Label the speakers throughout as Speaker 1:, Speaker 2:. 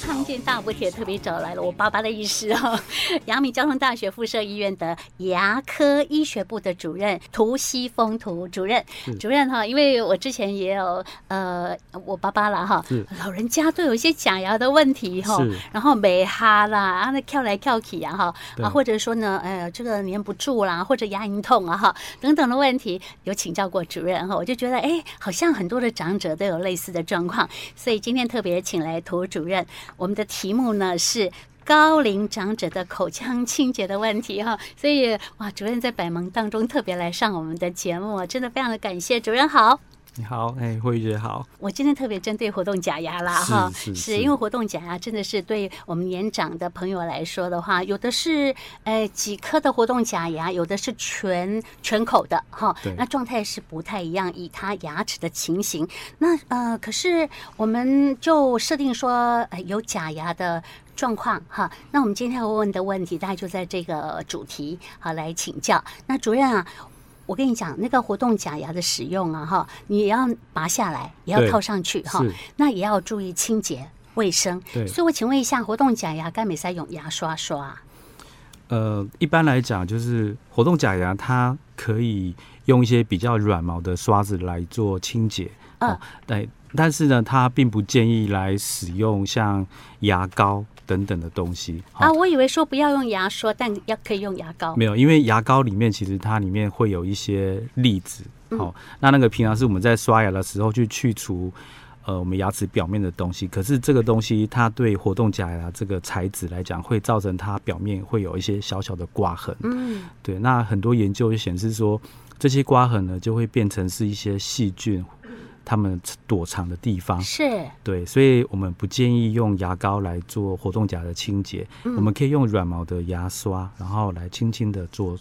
Speaker 1: 康健大不也特别找来了我爸爸的医师哦， 阳明交通大学附设医院的牙科医学部的主任涂西峰涂主任，主任哈，因为我之前也有呃，我爸爸啦哈
Speaker 2: 是，
Speaker 1: 老人家都有一些假牙的问题哈
Speaker 2: 是，
Speaker 1: 然后没哈啦，啊那跳来跳去啊哈，
Speaker 2: 对
Speaker 1: 啊或者说呢，呃这个粘不住啦，或者牙龈痛啊哈，等等的问题，有请教过主任哈，我就觉得哎，好像很多的长者都有类似的状况，所以今天特别请来涂主任，我们的题目呢是。高龄长者的口腔清洁的问题哈，所以哇，主任在百忙当中特别来上我们的节目，真的非常的感谢主任好。
Speaker 2: 你好，哎，慧姐好，
Speaker 1: 我今天特别针对活动假牙啦，哈，
Speaker 2: 是是是
Speaker 1: 因为活动假牙真的是对我们年长的朋友来说的话，有的是呃几颗的活动假牙，有的是全全口的哈
Speaker 2: 对，
Speaker 1: 那状态是不太一样，以他牙齿的情形。那呃，可是我们就设定说、呃、有假牙的。状况哈，那我们今天要问的问题，大概就在这个主题好来请教。那主任啊，我跟你讲，那个活动假牙的使用啊，哈，你也要拔下来，也要
Speaker 2: 对
Speaker 1: 套上去哈
Speaker 2: 是，
Speaker 1: 那也要注意清洁卫生。
Speaker 2: 对
Speaker 1: 所以我请问一下，活动假牙该没在用牙刷刷啊？
Speaker 2: 呃，一般来讲，就是活动假牙，它可以用一些比较软毛的刷子来做清洁。
Speaker 1: 嗯
Speaker 2: 哦，对，但是呢，它并不建议来使用像牙膏等等的东西。哦
Speaker 1: 啊，我以为说不要用牙刷，但要可以用牙膏。
Speaker 2: 没有，因为牙膏里面其实它里面会有一些粒子，好、那那个平常是我们在刷牙的时候去去除，呃，我们牙齿表面的东西。可是这个东西它对活动假牙这个材质来讲，会造成它表面会有一些小小的刮痕。
Speaker 1: 嗯，
Speaker 2: 对，那很多研究就显示说，这些刮痕呢就会变成是一些细菌它们躲藏的地方。
Speaker 1: 是
Speaker 2: 对，所以我们不建议用牙膏来做活动假的清洁，
Speaker 1: 嗯
Speaker 2: 我们可以用软毛的牙刷，然后来轻轻的做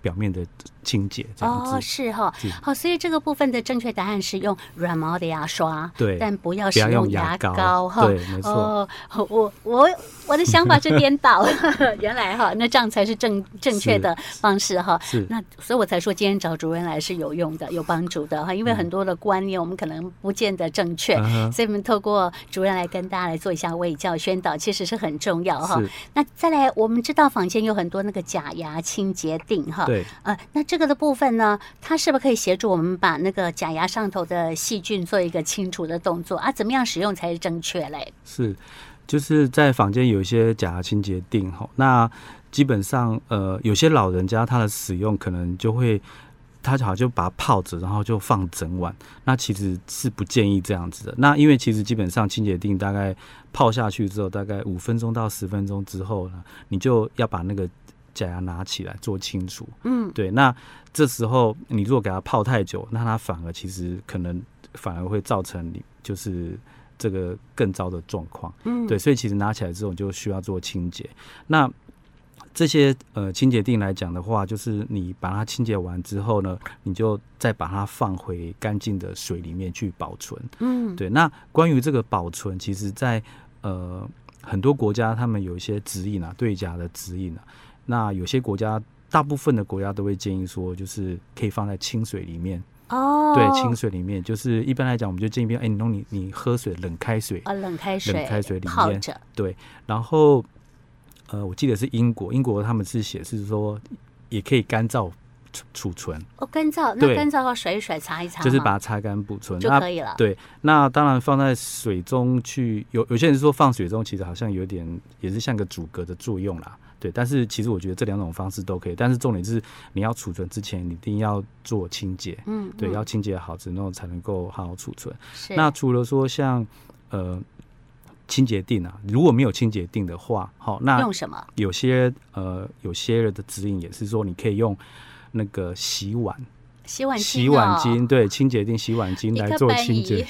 Speaker 2: 表面的清洁，这样子。
Speaker 1: 哦，是哈
Speaker 2: 是，
Speaker 1: 好，所以这个部分的正确答案是用软毛的牙刷，
Speaker 2: 对
Speaker 1: 但不要
Speaker 2: 不
Speaker 1: 使
Speaker 2: 要用
Speaker 1: 牙
Speaker 2: 牙膏
Speaker 1: 哈。
Speaker 2: 对没错
Speaker 1: 哦，我我我的想法是颠倒， 原来哈，那这样才是正正确的方式哈。
Speaker 2: 是
Speaker 1: 那所以我才说今天找主任来是有用的、有帮助的哈，因为很多的观念我们可能不见得正确，
Speaker 2: 嗯哼
Speaker 1: 所以我们透过主任来跟大家来做一下卫教宣导，其实是很重要哈
Speaker 2: 是。
Speaker 1: 那再来，我们知道坊间有很多那个假牙清洁锭哈，
Speaker 2: 对，
Speaker 1: 呃，那这个的部分呢，它是不是可以协助我们把那个假牙上头的细菌做一个清除的动作啊？怎么样使用才是正确嘞？
Speaker 2: 是，就是在房间有一些假牙清洁锭吼，那基本上呃，有些老人家他的使用可能就会。他好像就把它泡着，然后就放整晚。那其实是不建议这样子的。那因为其实基本上清洁锭大概泡下去之后，大概五分钟到十分钟之后呢，你就要把那个假牙拿起来做清除。
Speaker 1: 嗯，
Speaker 2: 对，那这时候你如果给它泡太久，那它反而其实可能反而会造成你就是这个更糟的状况。
Speaker 1: 嗯
Speaker 2: 对，所以其实拿起来之后你就需要做清洁。那这些呃清洁锭来讲的话，就是你把它清洁完之后呢，你就再把它放回干净的水里面去保存。
Speaker 1: 嗯，
Speaker 2: 对，那关于这个保存，其实在呃很多国家他们有一些指引啊，对假的指引啊。那有些国家，大部分的国家都会建议说，就是可以放在清水里面。
Speaker 1: 哦，
Speaker 2: 对，清水里面，就是一般来讲，我们就建议，哎、你弄你你喝水冷开水，
Speaker 1: 啊，冷开水，
Speaker 2: 冷开水里面
Speaker 1: 泡着，
Speaker 2: 对，然后呃，我记得是英国，英国他们是显示说也可以干燥储储存，
Speaker 1: 哦，干燥，那
Speaker 2: 对
Speaker 1: 干燥要甩一甩，擦一擦嘛，
Speaker 2: 就是把它擦干补存
Speaker 1: 就
Speaker 2: 那
Speaker 1: 可以了
Speaker 2: 对，那当然放在水中去，有有些人说放水中其实好像有点也是像个阻隔的作用啦。对，但是其实我觉得这两种方式都可以，但是重点是你要储存之前，你一定要做清洁。
Speaker 1: 嗯，
Speaker 2: 对，
Speaker 1: 嗯
Speaker 2: 要清洁好之后才能够好好储存。
Speaker 1: 是
Speaker 2: 那除了说像呃清洁锭啊，如果没有清洁锭的话，好，那
Speaker 1: 用什么？
Speaker 2: 有些呃有些人的指引也是说，你可以用那个洗碗、
Speaker 1: 洗碗
Speaker 2: 洗
Speaker 1: 哦
Speaker 2: 碗巾，对，清洁定洗碗巾
Speaker 1: 一
Speaker 2: 来
Speaker 1: 个
Speaker 2: 做
Speaker 1: 半
Speaker 2: 清洁
Speaker 1: 仪，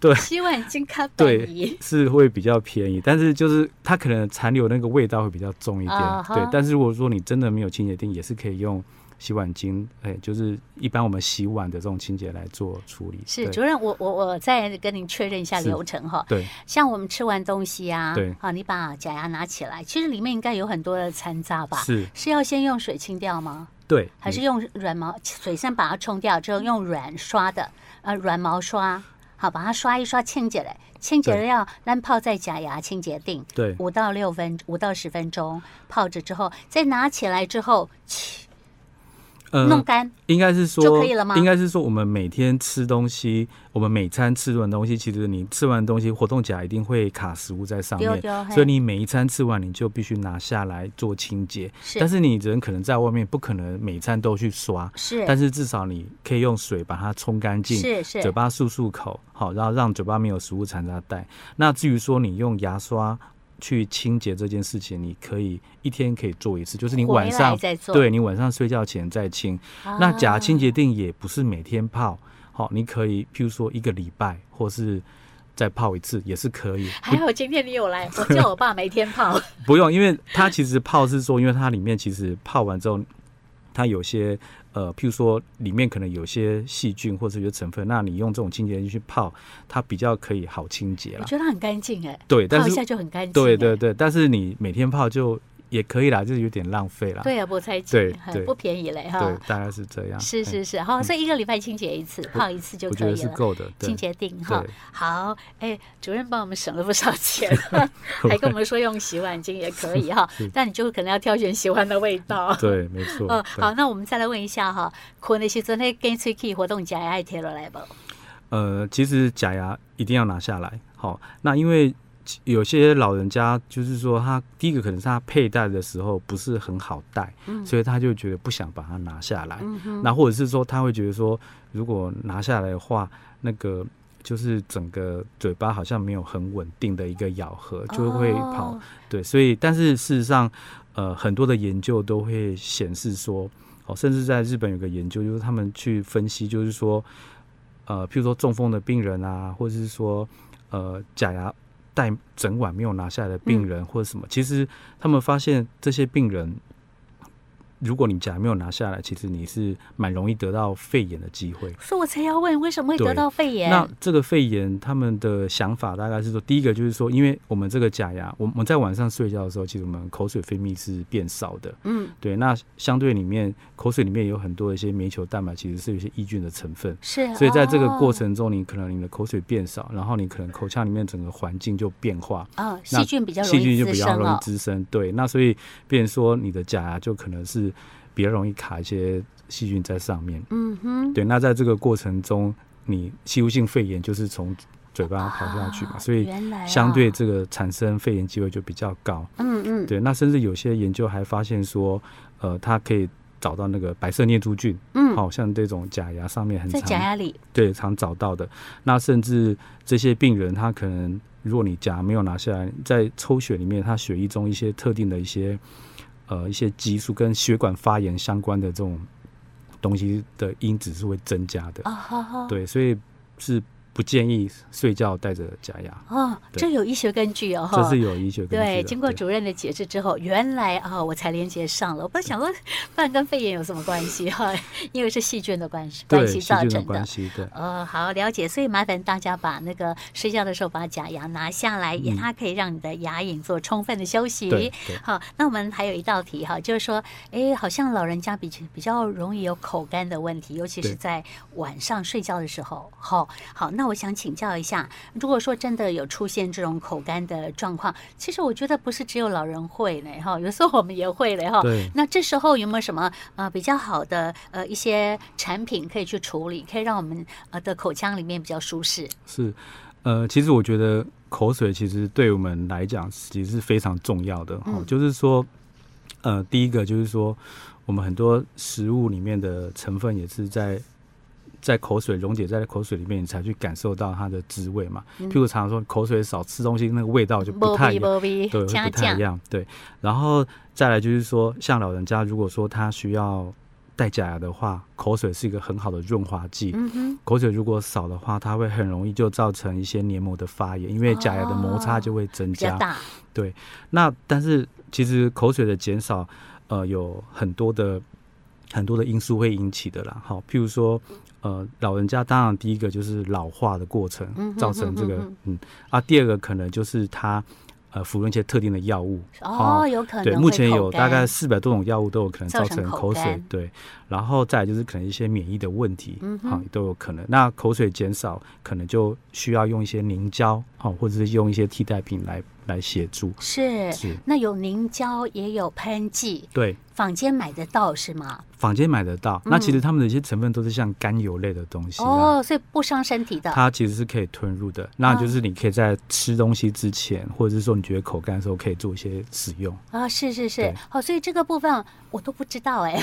Speaker 2: 对
Speaker 1: 洗碗巾卡半
Speaker 2: 对
Speaker 1: 仪，
Speaker 2: 是会比较便宜，但是就是它可能残留那个味道会比较重一点
Speaker 1: 啊哈
Speaker 2: 对。但是如果说你真的没有清洁定，也是可以用洗碗巾，哎、就是一般我们洗碗的这种清洁来做处理，
Speaker 1: 是
Speaker 2: 对
Speaker 1: 主任，我我我再跟您确认一下
Speaker 2: 是
Speaker 1: 流程哈。
Speaker 2: 对，
Speaker 1: 像我们吃完东西啊，
Speaker 2: 对
Speaker 1: 好，你把假牙拿起来，其实里面应该有很多的残渣吧？
Speaker 2: 是，
Speaker 1: 要先用水清掉吗？
Speaker 2: 对，
Speaker 1: 还是
Speaker 2: 没
Speaker 1: 用软毛水先把它冲掉之后用软刷的呃软毛刷？好把它刷一刷清洁嘞，清洁了
Speaker 2: 对
Speaker 1: 要让泡在假牙清洁定
Speaker 2: 对，
Speaker 1: 五到六分五到十分钟泡着之后，再拿起来之后切
Speaker 2: 呃，
Speaker 1: 弄干，
Speaker 2: 应该是说
Speaker 1: 就可以了吗
Speaker 2: 应该是说我们每天吃东西，我们每餐吃完东西，其实你吃完东西，活动夹一定会卡食物在上
Speaker 1: 丢
Speaker 2: 面，
Speaker 1: 丢嘿
Speaker 2: 所以你每一餐吃完，你就必须拿下来做清洁。但
Speaker 1: 是
Speaker 2: 是你人可能在外面，不可能每餐都去刷，但
Speaker 1: 是
Speaker 2: 是至少你可以用水把它冲干净，
Speaker 1: 是是
Speaker 2: 嘴巴漱漱口，好，然后让嘴巴没有食物残渣带。那至于说你用牙刷去清洁这件事情，你可以一天可以做一次，就是你
Speaker 1: 回
Speaker 2: 晚
Speaker 1: 来
Speaker 2: 上
Speaker 1: 再做啊
Speaker 2: 对你晚上睡觉前再清。那假清洁定也不是每天泡，好，你可以譬如说一个礼拜或是。再泡一次也是可以，
Speaker 1: 还好今天你有 来，我叫我爸每天泡。
Speaker 2: 不用，因为它其实泡是说，因为它里面其实泡完之后，它有些呃，譬如说里面可能有些细菌或者有些成分，那你用这种清洁剂去泡，它比较可以好清洁
Speaker 1: 我
Speaker 2: 啦。
Speaker 1: 觉得它很干净哎，
Speaker 2: 对，但
Speaker 1: 泡一
Speaker 2: 是
Speaker 1: 下就很干净。哎
Speaker 2: 对对，对，但是你每天泡就也可以啦，就是有点浪费啦。
Speaker 1: 对啊，我猜忌
Speaker 2: 对
Speaker 1: 很
Speaker 2: 对
Speaker 1: 不便宜嘞
Speaker 2: 对
Speaker 1: 哈。，
Speaker 2: 大概是这样。
Speaker 1: 是
Speaker 2: 哎，
Speaker 1: 是是，好，所以一个礼拜清洁一次，泡一次就
Speaker 2: 我觉
Speaker 1: 可
Speaker 2: 得
Speaker 1: 以
Speaker 2: 是
Speaker 1: 了。
Speaker 2: 够的。对
Speaker 1: 清洁定哈
Speaker 2: 对，
Speaker 1: 好，哎，主任帮我们省了不少 钱，啊还跟我们说用洗碗巾也可以哈， 但你就可能要挑选喜欢的味道。
Speaker 2: 对，没 错。
Speaker 1: 嗯，
Speaker 2: 对
Speaker 1: 好，那我们再来问一下哈，可能是真的跟吹气活动夹也爱贴落来不？
Speaker 2: 嗯呃，其实假牙一定要拿下来。好，那因为其有些老人家就是说他，第一个可能是他佩戴的时候不是很好戴，
Speaker 1: 嗯
Speaker 2: 所以他就觉得不想把它拿下来。那或者是说他会觉得说，如果拿下来的话，那个。就是整个嘴巴好像没有很稳定的一个咬合，就会跑、
Speaker 1: 哦
Speaker 2: 对，所以但是事实上，呃，很多的研究都会显示说，哦，甚至在日本有个研究，就是他们去分析，就是说，呃，譬如说中风的病人啊，或者是说，呃，假牙戴整晚没有拿下来的病人或者什么，其实他们发现这些病人。如果你假牙没有拿下来，其实你是蛮容易得到肺炎的机会。
Speaker 1: 所以我才要问，为什么会得
Speaker 2: 对
Speaker 1: 到肺炎？
Speaker 2: 那这个肺炎，他们的想法大概是说，第一个就是说，因为我们这个假牙，我们我们在晚上睡觉的时候，其实我们口水分泌是变少的，
Speaker 1: 嗯，
Speaker 2: 对。那相对里面，口水里面有很多的一些煤球蛋白，其实是有一些抑菌的成分，
Speaker 1: 是，
Speaker 2: 所以在这个过
Speaker 1: 哦，
Speaker 2: 程中，你可能你的口水变少，然后你可能口腔里面整个环境就变化，
Speaker 1: 嗯，
Speaker 2: 那
Speaker 1: 细菌比较容
Speaker 2: 细菌
Speaker 1: 易
Speaker 2: 就
Speaker 1: 滋
Speaker 2: 比较
Speaker 1: 生啊哦
Speaker 2: 容易
Speaker 1: 了。
Speaker 2: 滋生。对，那所以变成说你的假牙就可能是比较容易卡一些细菌在上面。
Speaker 1: 嗯哼，
Speaker 2: 对，那在这个过程中，你吸入性肺炎就是从嘴巴跑下去嘛，
Speaker 1: 啊
Speaker 2: 所以
Speaker 1: 原来啊
Speaker 2: 相对这个产生肺炎机会就比较高。
Speaker 1: 嗯嗯，
Speaker 2: 对，那甚至有些研究还发现说，呃，它可以找到那个白色念珠菌，
Speaker 1: 嗯
Speaker 2: 好、像这种假牙上面很
Speaker 1: 在假
Speaker 2: 常
Speaker 1: 牙里，
Speaker 2: 对常找到的。那甚至这些病人他可能，如果你假牙没有拿下来，在抽血里面，他血液中一些特定的一些呃一些激素跟血管发炎相关的这种东西的因子是会增加的。
Speaker 1: 哦，好好，
Speaker 2: 对，所以是不建议睡觉戴着假牙，
Speaker 1: 哦，
Speaker 2: 对
Speaker 1: 这有医学根据哦，
Speaker 2: 这
Speaker 1: 哈
Speaker 2: 是有医学根据的。
Speaker 1: 对，经过主任的解释之后，原来啊、我才连接上了。我本来想说，饭跟肺炎有什么关系哈？ 因为是细菌的关系，关
Speaker 2: 对
Speaker 1: 系
Speaker 2: 细
Speaker 1: 造
Speaker 2: 菌的
Speaker 1: 成
Speaker 2: 关
Speaker 1: 的。
Speaker 2: 系，对，
Speaker 1: 呃，好了解，所以麻烦大家把那个睡觉的时候把假牙拿下来，也它可以让你的牙龈做充分的休息
Speaker 2: 嗯对对。
Speaker 1: 好，那我们还有一道题哈，就是说，哎，好像老人家比比较容易有口干的问题，尤其是
Speaker 2: 对
Speaker 1: 在晚上睡觉的时候。好，好，那我想请教一下，如果说真的有出现这种口干的状况，其实我觉得不是只有老人会呢，哈，有时候我们也会嘞，哈。
Speaker 2: 对
Speaker 1: 那这时候有没有什么呃比较好的呃一些产品可以去处理，可以让我们呃的口腔里面比较舒适？
Speaker 2: 是，呃，其实我觉得口水其实对我们来讲其实是非常重要的，哦
Speaker 1: 嗯
Speaker 2: 就是说，呃，第一个就是说，我们很多食物里面的成分也是在。在口水溶解在口水里面，你才去感受到它的滋味嘛。譬如常常说口水少，吃东西那个味哦道就不太一样。
Speaker 1: 嗯不必
Speaker 2: 对，会不太一样。对，然后再来就是说，像老人家如果说他需要戴假牙的话，口水是一个很好的润滑剂。
Speaker 1: 嗯哼，
Speaker 2: 口水如果少的话，它会很容易就造成一些黏膜的发炎，因为假牙的摩擦就会增
Speaker 1: 哦比
Speaker 2: 加。
Speaker 1: 较大，
Speaker 2: 那但是其实口水的减少，呃，有很多的很多的因素会引起的啦。好，譬如说，呃，老人家当然第一个就是老化的过程
Speaker 1: 嗯哼
Speaker 2: 造成这个
Speaker 1: 哼哼，
Speaker 2: 嗯啊，第二个可能就是他呃服用一些特定的药物。
Speaker 1: 哦，有可能
Speaker 2: 对，目前
Speaker 1: 会
Speaker 2: 有
Speaker 1: 口
Speaker 2: 大概
Speaker 1: 干
Speaker 2: 四百多种药物都有可能
Speaker 1: 造
Speaker 2: 造
Speaker 1: 成
Speaker 2: 成
Speaker 1: 口
Speaker 2: 口水
Speaker 1: 干，
Speaker 2: 对，然后再来就是可能一些免疫的问题，
Speaker 1: 嗯哼
Speaker 2: 好、都有可能。那口水减少，可能就需要用一些凝胶，好、或者是用一些替代品来来协助。
Speaker 1: 是
Speaker 2: 是，
Speaker 1: 那有凝胶也有喷剂，
Speaker 2: 对，
Speaker 1: 坊间买得到是吗？
Speaker 2: 坊间买得到。那其
Speaker 1: 嗯
Speaker 2: 实他们的一些成分都是像甘油类的东西、啊，
Speaker 1: 哦，嗯所以不伤身体的。
Speaker 2: 它其实是可以吞入的。那就是你可以在吃东西之前，或者是说你觉得口干的时候，可以做一些使用。
Speaker 1: 啊、是是是
Speaker 2: 对，
Speaker 1: 哦，所以这个部分我都不知道哎、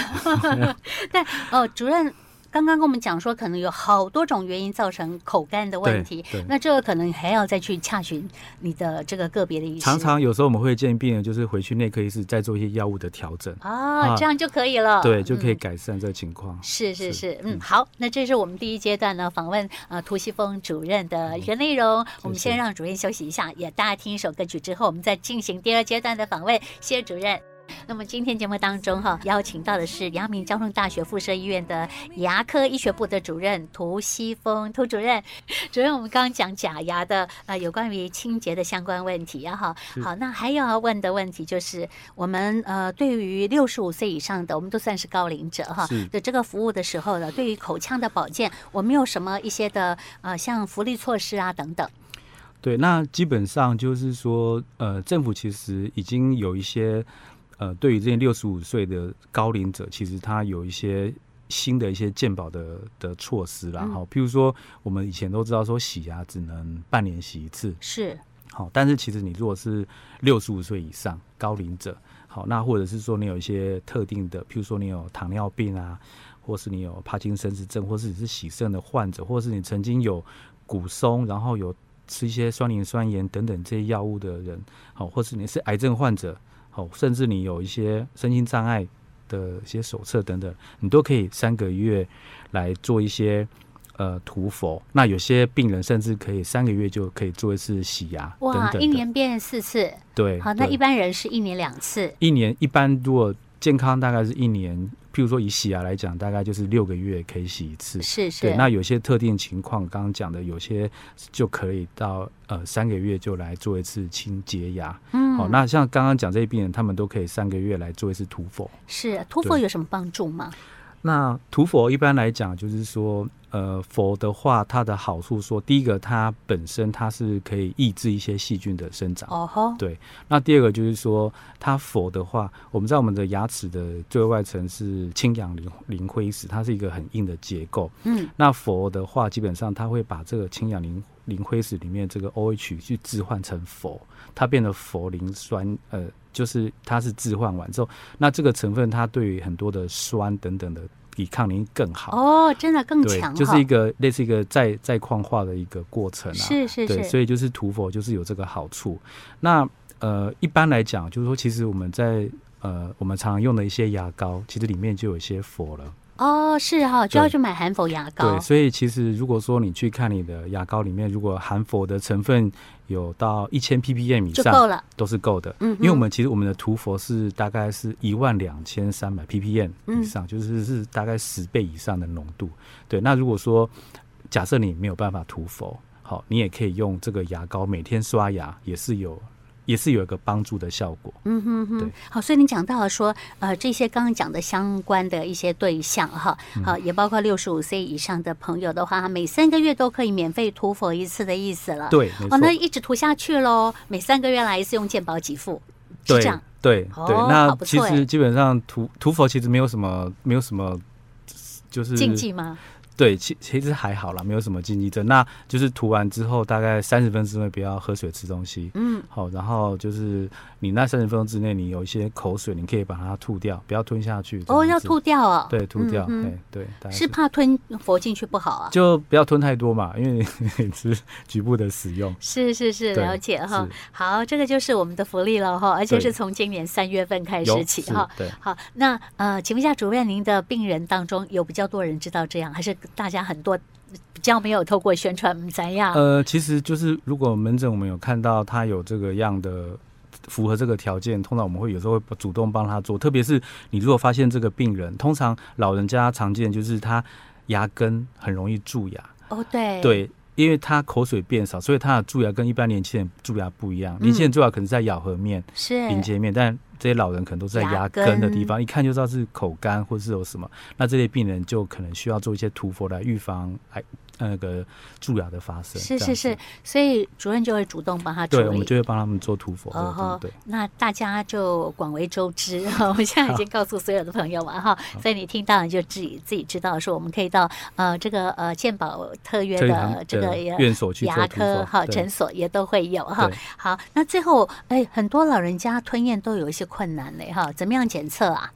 Speaker 1: 但哦，主任刚刚跟我们讲说，可能有好多种原因造成口干的问题
Speaker 2: 对对，
Speaker 1: 那这个可能还要再去洽询你的这个个别的医师。
Speaker 2: 常常有时候我们会建议病人就是回去内科医师再做一些药物的调整，
Speaker 1: 啊、
Speaker 2: 啊
Speaker 1: 这样就可以了，
Speaker 2: 对，就可以
Speaker 1: 嗯
Speaker 2: 改善这个情况。
Speaker 1: 是是
Speaker 2: 是
Speaker 1: 是，嗯，好，那这是我们第一阶段呢访问呃涂西峰主任的一个内容。我们先让主任休息一下，也大家听一首歌曲之后，我们再进行第二阶段的访问。谢谢主任。那么今天节目当中哈、邀请到的是阳明交通大学附设医院的牙科医学部的主任涂西峰涂主任。主任，我们刚刚讲假牙的呃有关于清洁的相关问题啊哈。
Speaker 2: 是
Speaker 1: 好，那还有要问的问题就是，我们呃对于六十五岁以上的，我们都算是高龄者哈
Speaker 2: 是
Speaker 1: 的这个服务的时候呢，对于口腔的保健，我们有什么一些的呃像福利措施啊等等？
Speaker 2: 对，那基本上就是说，呃，政府其实已经有一些，呃，对于这些六十五岁的高龄者，其实他有一些新的一些健保的的措施啦。
Speaker 1: 嗯
Speaker 2: 好、譬如说我们以前都知道说洗牙只能半年洗一次，
Speaker 1: 是
Speaker 2: 好，但是其实你如果是六十五岁以上高龄者，好，那或者是说你有一些特定的，譬如说你有糖尿病啊，或是你有帕金森氏症，或是你是洗肾的患者，或是你曾经有骨松，然后有吃一些酸磷酸盐等等这些药物的人，好，或是你是癌症患者，好，甚至你有一些身心障碍的一些手册等等，你都可以三个月来做一些。呃，涂氟，那有些病人甚至可以三个月就可以做一次洗牙，
Speaker 1: 哇，
Speaker 2: 等等的
Speaker 1: 一年变四次，
Speaker 2: 对，
Speaker 1: 好，那
Speaker 2: 对
Speaker 1: 一般人是一年两次，
Speaker 2: 一年一般如果健康大概是一年，譬如说以洗牙来讲，大概就是六个月可以洗一次。
Speaker 1: 是
Speaker 2: 对
Speaker 1: 是，，
Speaker 2: 那有些特定情况，刚刚讲的有些就可以到呃三个月就来做一次清洁牙。
Speaker 1: 嗯
Speaker 2: 好、那像刚刚讲这些病人，他们都可以三个月来做一次涂氟。
Speaker 1: 是涂氟
Speaker 2: 对
Speaker 1: 有什么帮助吗？
Speaker 2: 那涂氟一般来讲就是说，呃，氟的话，它的好处说，第一个它本身它是可以抑制一些细菌的生长。
Speaker 1: 哦吼，
Speaker 2: 对，那第二个就是说，它氟的话，我们在我们的牙齿的最外层是氢氧磷磷灰石，它是一个很硬的结构。
Speaker 1: 嗯，
Speaker 2: 那氟的话，基本上它会把这个氢氧磷磷灰石里面这个 OH 去置换成氟，它变得氟磷酸，呃，就是它是置换完之后，那这个成分它对于很多的酸等等的抵抗力更好。
Speaker 1: 哦，真的更
Speaker 2: 对
Speaker 1: 强，
Speaker 2: 就
Speaker 1: 哈
Speaker 2: 是一个类似一个再再矿化的一个过程啊。
Speaker 1: 是是
Speaker 2: 对，
Speaker 1: 是，
Speaker 2: 所以就是涂佛就是有这个好处。那呃，一般来讲，就是说，其实我们在呃，我们常常用的一些牙膏，其实里面就有一些佛了。
Speaker 1: 哦，是哈，就要
Speaker 2: 对
Speaker 1: 去买含氟牙膏
Speaker 2: 对，，所以其实如果说你去看你的牙膏里面，如果含佛的成分有到一千 ppm 以
Speaker 1: 就够
Speaker 2: 上，
Speaker 1: 了，
Speaker 2: 都是够的。
Speaker 1: 嗯哼，
Speaker 2: 因为我们其实我们的涂佛是大概是一万两千三百 ppm
Speaker 1: 嗯
Speaker 2: 以上，就是是大概十倍以上的浓度。对，那如果说假设你没有办法涂佛，好，你也可以用这个牙膏每天刷牙，也是有也是有一个帮助的效果。
Speaker 1: 嗯哼哼
Speaker 2: 对，
Speaker 1: 好，所以你讲到了说，呃，这些刚刚讲的相关的一些对象哈，
Speaker 2: 嗯
Speaker 1: 好、也包括六十五岁以上的朋友的话，每三个月都可以免费涂氟一次的意思了。，
Speaker 2: 对，没
Speaker 1: 哦，
Speaker 2: 错，
Speaker 1: 那一直涂下去喽，每三个月来一次用健保给付，是这
Speaker 2: 对
Speaker 1: 样。
Speaker 2: 对
Speaker 1: 哦
Speaker 2: 对。
Speaker 1: 好
Speaker 2: 那
Speaker 1: 不
Speaker 2: 其
Speaker 1: 错欸
Speaker 2: 实基本上涂涂佛其实没有什么没有什么。就是
Speaker 1: 禁忌吗？
Speaker 2: 对，其其实还好啦，没有什么禁忌症。那就是涂完之后，大概三十分钟之内不要喝水、吃东西。
Speaker 1: 嗯，
Speaker 2: 好，然后就是你那三十分钟之内，你有一些口水，你可以把它吐掉，不要吞下去。
Speaker 1: 哦，
Speaker 2: 这样
Speaker 1: 要
Speaker 2: 子
Speaker 1: 吐，掉哦。
Speaker 2: 对，吐掉，
Speaker 1: 嗯哼
Speaker 2: 哎，对，大概
Speaker 1: 是怕吞佛进去不好啊。
Speaker 2: 就不要吞太多嘛，因为你 只是局部的使用。
Speaker 1: 是是是，
Speaker 2: 对
Speaker 1: 了解哈
Speaker 2: 是。
Speaker 1: 好，这个就是我们的福利了哈，而且
Speaker 2: 对
Speaker 1: 是从今年三月份开始
Speaker 2: 有
Speaker 1: 起
Speaker 2: 是
Speaker 1: 哈。
Speaker 2: 对，
Speaker 1: 好，那呃，请问一下主任，您的病人当中有比较多人知道这样，还是大家很多比较没有透过宣传嗯怎样？
Speaker 2: 呃，其实就是如果门诊我们有看到他有这个样的。符合这个条件，通常我们会有时候会主动帮他做，特别是你如果发现这个病人，通常老人家常见就是他牙根很容易蛀牙，
Speaker 1: 哦，对，，
Speaker 2: 对，一因为他口水变少，所以他的蛀牙跟一般年轻人蛀牙不一样。
Speaker 1: 嗯
Speaker 2: 年轻人蛀牙可能在咬合面、
Speaker 1: 是
Speaker 2: 邻接面，但这些老人可能都是在
Speaker 1: 哎牙
Speaker 2: 牙
Speaker 1: 根
Speaker 2: 根的地方，一看就知道是口干或是有什么。那这类病人就可能需要做一些涂氟来预防癌呃那个蛀牙的发生。
Speaker 1: 是
Speaker 2: 这样
Speaker 1: 是
Speaker 2: 子
Speaker 1: 是，，所以主任就会主动帮他处
Speaker 2: 对，我们
Speaker 1: 理。
Speaker 2: 就会帮他们做涂氟这个
Speaker 1: 哦
Speaker 2: 动作。
Speaker 1: 吼
Speaker 2: 对，
Speaker 1: 那大家就广为周知。 我们现在已经告诉所有的朋友嘛哈，所以你听到你就自己自己知道说，我们可以到呃这个呃健保特约
Speaker 2: 这一行
Speaker 1: 的这个
Speaker 2: 的
Speaker 1: 也呃
Speaker 2: 院所去做
Speaker 1: 牙
Speaker 2: 涂氟
Speaker 1: 科哈
Speaker 2: 对
Speaker 1: 诊所也都会有哈
Speaker 2: 对。
Speaker 1: 好，那最后哎，很多老人家吞咽都有一些困难嘞哈，怎么样检测啊？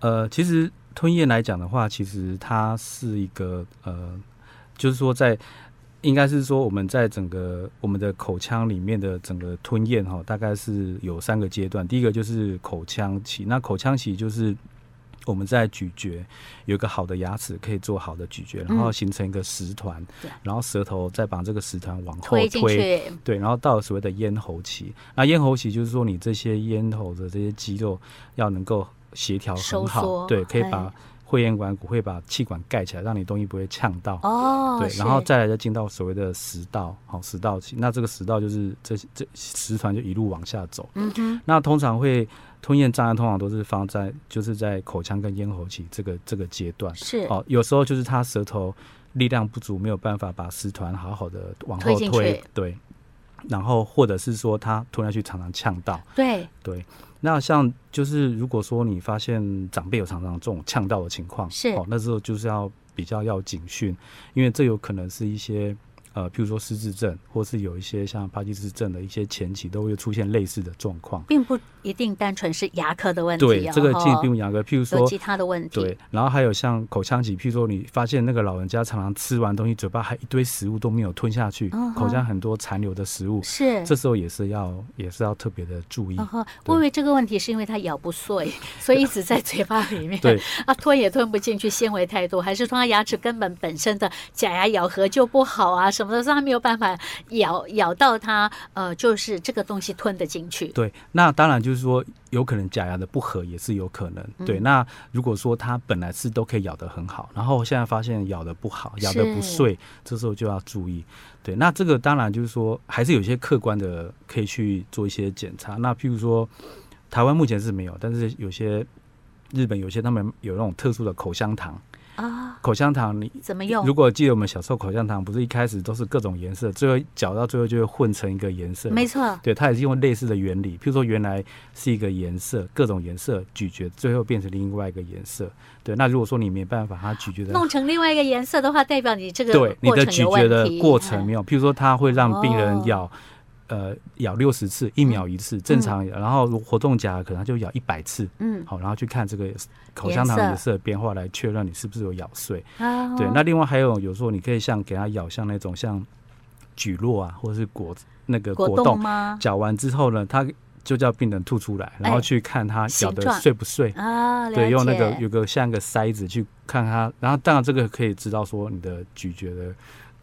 Speaker 2: 哦呃，其实吞咽来讲的话，其实它是一个呃，就是说在应该是说我们在整个我们的口腔里面的整个吞咽哈，大概是有三个阶段。第一个就是口腔期，那口腔期就是。我们在咀嚼有一个好的牙齿可以做好的咀嚼，然后形成一个食团，
Speaker 1: 对
Speaker 2: 然后舌头再把这个食团往后
Speaker 1: 推进去
Speaker 2: 对，然后到了所谓的咽喉期，那咽喉期就是说你这些咽喉的这些肌肉要能够协调
Speaker 1: 收
Speaker 2: 很
Speaker 1: 缩
Speaker 2: 好，对，可以把
Speaker 1: 哎
Speaker 2: 会咽管骨会把气管盖起来，让你东西不会呛到。
Speaker 1: 哦，
Speaker 2: 对，
Speaker 1: 是
Speaker 2: 然后再来就进到所谓的食道，好、食道期，那这个食道就是这这食团就一路往下走。
Speaker 1: 嗯哼，
Speaker 2: 那通常会吞咽障碍，通常都是放在就是在口腔跟咽喉期这个这个阶段。
Speaker 1: 是
Speaker 2: 哦，有时候就是他舌头力量不足，没有办法把食团好好的往
Speaker 1: 推
Speaker 2: 后
Speaker 1: 进
Speaker 2: 推，
Speaker 1: 去
Speaker 2: 对。然后或者是说他吞下去常常呛到，
Speaker 1: 对，
Speaker 2: 对。那像就是如果说你发现长辈有常常这种呛到的情况，
Speaker 1: 是
Speaker 2: 哦，那时候就是要比较要警讯，因为这有可能是一些。呃，譬如说失智症，或是有一些像帕金斯症的一些前期，都会出现类似的状况。
Speaker 1: 并不一定单纯是牙科的问题哦，
Speaker 2: 对，这个进一
Speaker 1: 哈
Speaker 2: 步严格，譬如说
Speaker 1: 有其他的问题，
Speaker 2: 对，然后还有像口腔疾，譬如说你发现那个老人家常常吃完东西，嘴巴还一堆食物都没有吞下去，
Speaker 1: 嗯哼
Speaker 2: 口腔很多残留的食物，
Speaker 1: 是
Speaker 2: 这时候也是要也是要特别的注意。
Speaker 1: 哦呵，
Speaker 2: 嗯对
Speaker 1: 我以为这个问题是因为它咬不 碎，所以一直在嘴巴里面，
Speaker 2: 对，
Speaker 1: 啊，吞也吞不进去，纤维太多，还是说它牙齿根本本身的假牙咬合就不好啊，什么的，所以它没有办法咬咬到它，呃，就是这个东西吞得进去。
Speaker 2: 对，那当然就是说，有可能假牙的不合也是有可能。对，
Speaker 1: 嗯
Speaker 2: 那如果说它本来是都可以咬得很好，然后现在发现咬得不好，咬得
Speaker 1: 是
Speaker 2: 不碎，这时候就要注意。对，那这个当然就是说，还是有一些客观的可以去做一些检查。那譬如说，台湾目前是没有，但是有些日本有些他们有那种特殊的口香糖，
Speaker 1: 啊，
Speaker 2: 口香糖你
Speaker 1: 怎么用
Speaker 2: 如？果记得我们小时候口香糖不是一开始都是各种颜色，最后嚼到最后就会混成一个颜色，
Speaker 1: 没错，
Speaker 2: 对，它也是用类似的原理，譬如说原来是一个颜色，各种颜色咀嚼，最后变成另外一个颜色。对，那如果说你没办法，它咀嚼的，
Speaker 1: 弄成另外一个颜色的话，代表你这个
Speaker 2: 对你
Speaker 1: 过
Speaker 2: 的
Speaker 1: 程
Speaker 2: 咀
Speaker 1: 有
Speaker 2: 嚼
Speaker 1: 问
Speaker 2: 的
Speaker 1: 题。嗯哎
Speaker 2: 过程没有，譬如说它会让病
Speaker 1: 哦
Speaker 2: 人咬，呃，咬六十次，一秒一次，正常。然后如果活动夹可能它就咬一百次，
Speaker 1: 嗯
Speaker 2: 好，然后去看这个口
Speaker 1: 颜
Speaker 2: 香糖
Speaker 1: 色
Speaker 2: 的颜色的变化，来确认你是不是有咬碎。
Speaker 1: 啊，
Speaker 2: 对，那另外还有有时候你可以像给它咬像那种像蒟蒻啊，或者是果那个
Speaker 1: 果
Speaker 2: 果冻。
Speaker 1: 吗？
Speaker 2: 搅完之后呢，他就叫病人吐出来，然后去看他咬
Speaker 1: 哎形
Speaker 2: 的
Speaker 1: 状
Speaker 2: 碎不碎。
Speaker 1: 啊，了
Speaker 2: 对，用那
Speaker 1: 解
Speaker 2: 个有个像个筛子去看它，然后当然这个可以知道说你的咀嚼的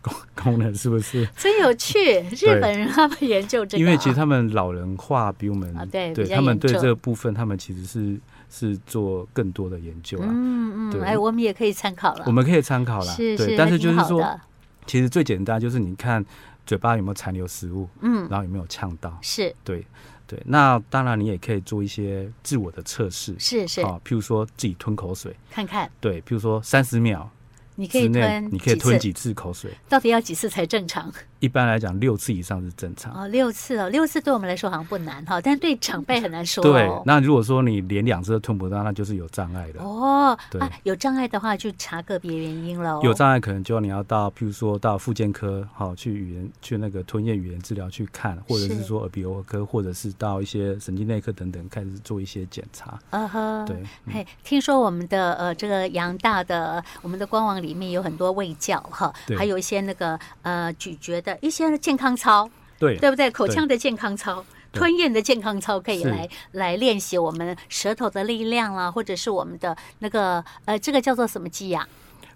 Speaker 2: 功功能是不是？
Speaker 1: 真有趣，日本人他们研究这个啊，
Speaker 2: 因为其实他们老人化比我们、
Speaker 1: 啊对比较
Speaker 2: 他们对
Speaker 1: 严重
Speaker 2: 这个部分，他们其实是是做更多的研究啦。啊
Speaker 1: 嗯嗯，
Speaker 2: 对
Speaker 1: 哎，我们也可以参考了
Speaker 2: 我。们可以参考啦，
Speaker 1: 是
Speaker 2: 对，
Speaker 1: 是，
Speaker 2: 但
Speaker 1: 还
Speaker 2: 是就
Speaker 1: 挺
Speaker 2: 是
Speaker 1: 好
Speaker 2: 说，
Speaker 1: 的
Speaker 2: 其实最简单就是你看嘴巴有没有残留食物，
Speaker 1: 嗯，
Speaker 2: 然后有没有呛到，
Speaker 1: 是
Speaker 2: 对对。那当然你也可以做一些自我的测试，
Speaker 1: 是是，
Speaker 2: 啊，譬如说自己吞口水，
Speaker 1: 看看
Speaker 2: 对，譬如说三十秒
Speaker 1: 你可以
Speaker 2: 之内
Speaker 1: 吞，
Speaker 2: 你可以吞
Speaker 1: 次，
Speaker 2: 几次口水。
Speaker 1: 到底要几次才正常？
Speaker 2: 一般来讲，六次以上是正常。
Speaker 1: 哦，六次哦，六次对我们来说好像不难哈，但对长辈很难说
Speaker 2: 对
Speaker 1: 哦，。
Speaker 2: 那如果说你连两次都吞不到，那就是有障碍的。
Speaker 1: 哦，
Speaker 2: 对
Speaker 1: 啊，有障碍的话就查个别原因喽。
Speaker 2: 有障碍可能就要你要到，譬如说到复健科，好、去语言去那个吞咽语言治疗去看，或者
Speaker 1: 是
Speaker 2: 是说耳鼻喉科，或者是到一些神经内科等等开始做一些检查。
Speaker 1: 啊哈，
Speaker 2: 对，嗯
Speaker 1: 嘿，听说我们的呃这个杨大的我们的官网里面有很多卫教哈，
Speaker 2: 对
Speaker 1: 还有一些那个呃咀嚼的一些健康操，
Speaker 2: 对
Speaker 1: 对不对？口腔的健康操。
Speaker 2: 对
Speaker 1: 吞咽的健康操可以
Speaker 2: 是
Speaker 1: 来来练习我们舌头的力量啦、或者是我们的那个呃，这个叫做什么啊肌呀、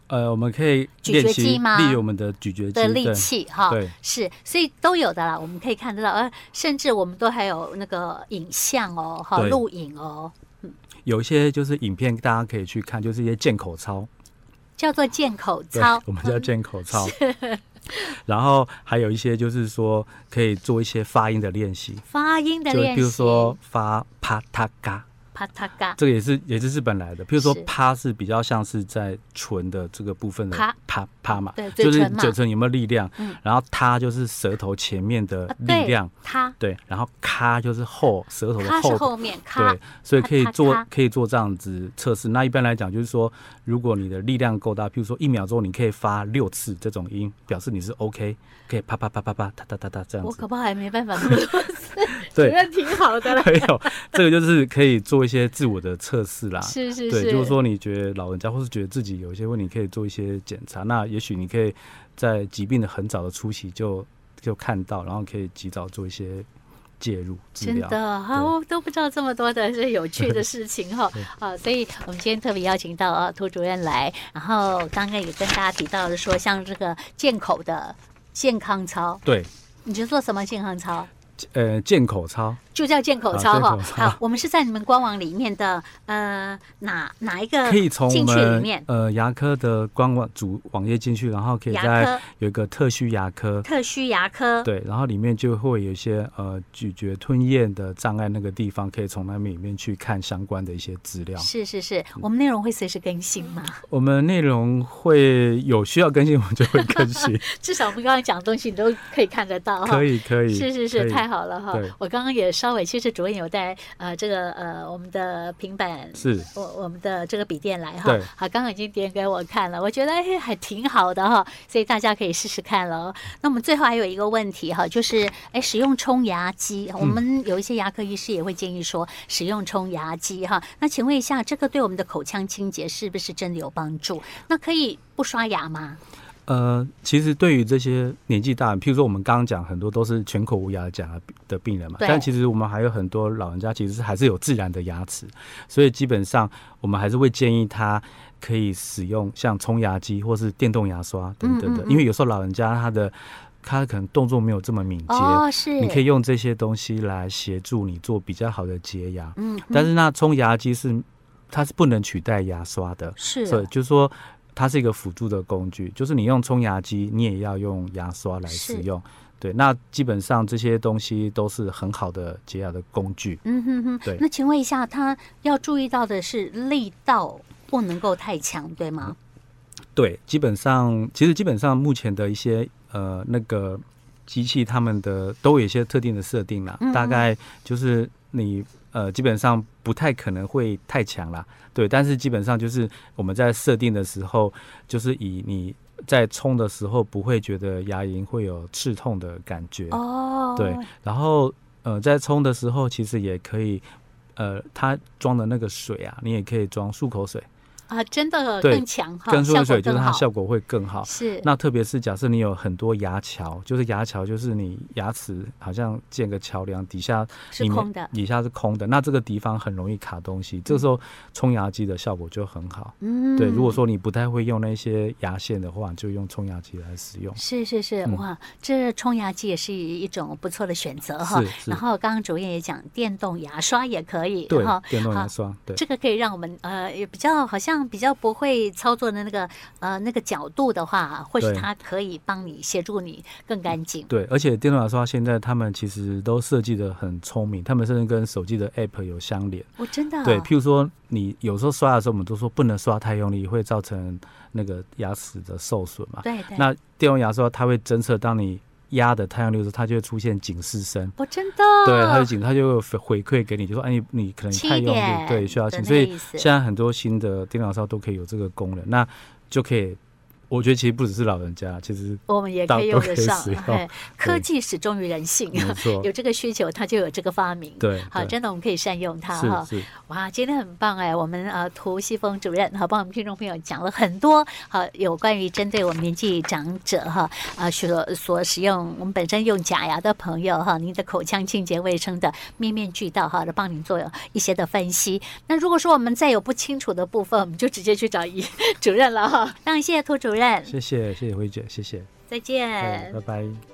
Speaker 2: 呃，我们可以
Speaker 1: 咀嚼
Speaker 2: 练
Speaker 1: 肌
Speaker 2: 习
Speaker 1: 吗
Speaker 2: 利用我们的咀嚼肌
Speaker 1: 的力
Speaker 2: 对
Speaker 1: 气哦哈
Speaker 2: 对，
Speaker 1: 是，所以都有的啦，我们可以看得到，呃，甚至我们都还有那个影像哦，哈，
Speaker 2: 对
Speaker 1: 录影哦，
Speaker 2: 有一些就是影片，大家可以去看，就是一些健口操。
Speaker 1: 叫做健口
Speaker 2: 对
Speaker 1: 操，
Speaker 2: 我们叫健口操。然后还有一些就是说可以做一些发音的练习，
Speaker 1: 发音的
Speaker 2: 就
Speaker 1: 练习，
Speaker 2: 比如说发啪嗒嘎，
Speaker 1: 啪嗒嘎，
Speaker 2: 这个也是也是日本来的。比如说
Speaker 1: 是
Speaker 2: 啪是比较像是在唇的这个部分的
Speaker 1: 啪
Speaker 2: 啪啪嘛，
Speaker 1: 对嘴
Speaker 2: 就是
Speaker 1: 唇嘛
Speaker 2: 嘴唇有没有力量
Speaker 1: 嗯，
Speaker 2: 然后它就是舌头前面的
Speaker 1: 啊
Speaker 2: 力
Speaker 1: 对
Speaker 2: 量，
Speaker 1: 它
Speaker 2: 对，然后咔就是后舌头
Speaker 1: 它
Speaker 2: 的
Speaker 1: 是
Speaker 2: 后部
Speaker 1: 后面咔
Speaker 2: 对，，所以可以
Speaker 1: 咔咔
Speaker 2: 做
Speaker 1: 咔
Speaker 2: 可以做这样子测试。那一般来讲，就是说，如果你的力量够大，譬如说一秒钟你可以发六次这种音，表示你是 OK，可以啪啪啪啪啪哒哒哒哒这样
Speaker 1: 我
Speaker 2: 子
Speaker 1: 可。不好还没 办法那么多次，觉
Speaker 2: 对，
Speaker 1: 得挺好的啦。
Speaker 2: 还有这个就是可以做一些自我的测试啦。
Speaker 1: 是是是，
Speaker 2: 啊对，就是说你觉得老人家或是觉得自己有一些问题，可以做一些检查。那也许你可以在疾病的很早的初期就就看到，然后可以及早做一些介入治
Speaker 1: 真
Speaker 2: 疗。
Speaker 1: 的哈，
Speaker 2: 对
Speaker 1: 我都不知道这么多的是有趣的事情 哈啊，所以我们今天特别邀请到啊涂主任来，然后刚刚也跟大家提到了说，像这个健口的健康操，
Speaker 2: 对，
Speaker 1: 你觉得做什么健康操？
Speaker 2: 呃，健口操。
Speaker 1: 就叫健口操哈
Speaker 2: 啊。健口操
Speaker 1: 好，我们是在你们官网里面的呃哪哪一个
Speaker 2: 可以从我
Speaker 1: 进去里
Speaker 2: 们
Speaker 1: 面
Speaker 2: 呃牙科的官网主网页进去，然后可以
Speaker 1: 牙
Speaker 2: 在
Speaker 1: 科
Speaker 2: 有一个特需牙科，
Speaker 1: 特需牙科
Speaker 2: 对，然后里面就会有一些呃咀嚼吞咽的障碍那个地方，可以从那里面去看相关的一些资料。
Speaker 1: 是是
Speaker 2: 嗯
Speaker 1: 是，我们内容会随时更新嘛？
Speaker 2: 我们内容会有需要更新，我们就会更 新，
Speaker 1: 至少我们刚刚讲的东西你都可以看得到哈。
Speaker 2: 可以可以，
Speaker 1: 是是
Speaker 2: 可
Speaker 1: 是，
Speaker 2: 以
Speaker 1: 太好了哈
Speaker 2: 对！
Speaker 1: 我刚刚也稍微，其实主任有带呃这个呃我们的平板，
Speaker 2: 是
Speaker 1: 我我们的这个笔电来哈
Speaker 2: 对，
Speaker 1: 好，刚刚已经点给我看了，我觉得哎还挺好的哈，所以大家可以试试看了哦。那我们最后还有一个问题哈，就是哎使用冲牙机，
Speaker 2: 嗯
Speaker 1: 我们有一些牙科医师也会建议说使用冲牙机哈。那请问一下，这个对我们的口腔清洁是不是真的有帮助？那可以不刷牙吗？
Speaker 2: 呃，其实对于这些年纪大的，譬如说我们刚刚讲很多都是全口无牙假的病人嘛，
Speaker 1: 对
Speaker 2: 但其实我们还有很多老人家其实是还是有自然的牙齿，所以基本上我们还是会建议他可以使用像冲牙机或是电动牙刷等等
Speaker 1: 嗯
Speaker 2: 的，
Speaker 1: 嗯嗯
Speaker 2: 因为有时候老人家他的他可能动作没有这么敏捷，
Speaker 1: 哦，是，
Speaker 2: 你可以用这些东西来协助你做比较好的洁牙，
Speaker 1: 嗯，嗯，
Speaker 2: 但是那冲牙机是它是不能取代牙刷的，
Speaker 1: 是
Speaker 2: 所以就是说它是一个辅助的工具，就是你用冲牙机，你也要用牙刷来使
Speaker 1: 是
Speaker 2: 用。对，那基本上这些东西都是很好的洁牙的工具。
Speaker 1: 嗯哼哼，
Speaker 2: 对
Speaker 1: 那请问一下，他要注意到的是力道不能够太强，对吗？
Speaker 2: 对，基本上其实基本上目前的一些呃那个机器，他们的都有一些特定的设定啦，
Speaker 1: 嗯嗯
Speaker 2: 大概就是你呃基本上不太可能会太强啦，对，但是基本上就是我们在设定的时候，就是以你在冲的时候不会觉得牙龈会有刺痛的感觉，
Speaker 1: 哦，
Speaker 2: 对，然后呃，在冲的时候，其实也可以，呃，它装的那个水啊，你也可以装漱口水，
Speaker 1: 啊，真的
Speaker 2: 对
Speaker 1: 更强哈，
Speaker 2: 跟漱
Speaker 1: 效
Speaker 2: 口
Speaker 1: 果
Speaker 2: 水就是
Speaker 1: 更
Speaker 2: 它
Speaker 1: 好。
Speaker 2: 效果会更好。
Speaker 1: 是
Speaker 2: 那特别是假设你有很多牙桥，就是牙桥，就是你牙齿好像建个桥梁，底下
Speaker 1: 是
Speaker 2: 里面
Speaker 1: 空的
Speaker 2: 底下是空的，那这个地方很容易卡东西，这时候冲牙机的效果就很好。
Speaker 1: 嗯
Speaker 2: 对，如果说你不太会用那些牙线的话，你就用冲牙机来使用。
Speaker 1: 是是是，
Speaker 2: 嗯
Speaker 1: 哇，这冲牙机也是一种不错的选择哈
Speaker 2: 是。是
Speaker 1: 然后刚刚主任也讲，电动牙刷也可以，
Speaker 2: 对
Speaker 1: 然后，
Speaker 2: 电动牙
Speaker 1: 好
Speaker 2: 刷，对，
Speaker 1: 这个可以让我们呃也比较好像比较不会操作的那个呃那个角度的话，或许
Speaker 2: 对
Speaker 1: 它可以帮你协助你更干净。
Speaker 2: 对，而且电动牙刷现在他们其实都设计的很聪明，他们甚至跟手机的 App 有相连。
Speaker 1: 我真的
Speaker 2: 对，
Speaker 1: 啊
Speaker 2: 譬如说你有时候刷的时候，我们都说不能刷太用力，会造成那个牙齿的受损嘛。
Speaker 1: 对对，
Speaker 2: 那电动牙刷它会侦测，当你压的太用力的时候，它就会出现警示声。
Speaker 1: 我哦真的
Speaker 2: 对，它就警，它就会回馈给你，就说哎，你你可能
Speaker 1: 七
Speaker 2: 太用
Speaker 1: 点
Speaker 2: 力，对，需要
Speaker 1: 的
Speaker 2: 轻。
Speaker 1: 那
Speaker 2: 所
Speaker 1: 个
Speaker 2: 以
Speaker 1: 意思
Speaker 2: 现在很多新的电动牙刷都可以有这个功能，那就可以。我觉得其实不只是老人家，其实
Speaker 1: 我们也
Speaker 2: 到
Speaker 1: 可以用
Speaker 2: 都可
Speaker 1: 得
Speaker 2: 以
Speaker 1: 上
Speaker 2: 使用。
Speaker 1: 哎科
Speaker 2: 对
Speaker 1: 技始终于人性
Speaker 2: 没，错
Speaker 1: 有这个需求，它就 有这个发明。
Speaker 2: 对
Speaker 1: 好，
Speaker 2: 对
Speaker 1: 真的我们可以善用它
Speaker 2: 是
Speaker 1: 哈。
Speaker 2: 是。
Speaker 1: 哇，今天很棒哎！我们呃，涂西峰主任哈，帮我们听众朋友讲了很多好、有关于针对我们年纪长者哈啊所所使用我们本身用假牙的朋友哈，您的口腔清洁卫生的面面俱到哈，来帮您做一些的分析。那如果说我们再有不清楚的部分，我们就直接去找 医主任了哈。当然，谢谢涂主任，
Speaker 2: 谢谢，谢谢慧姐，谢谢，
Speaker 1: 再见。
Speaker 2: 对，拜拜。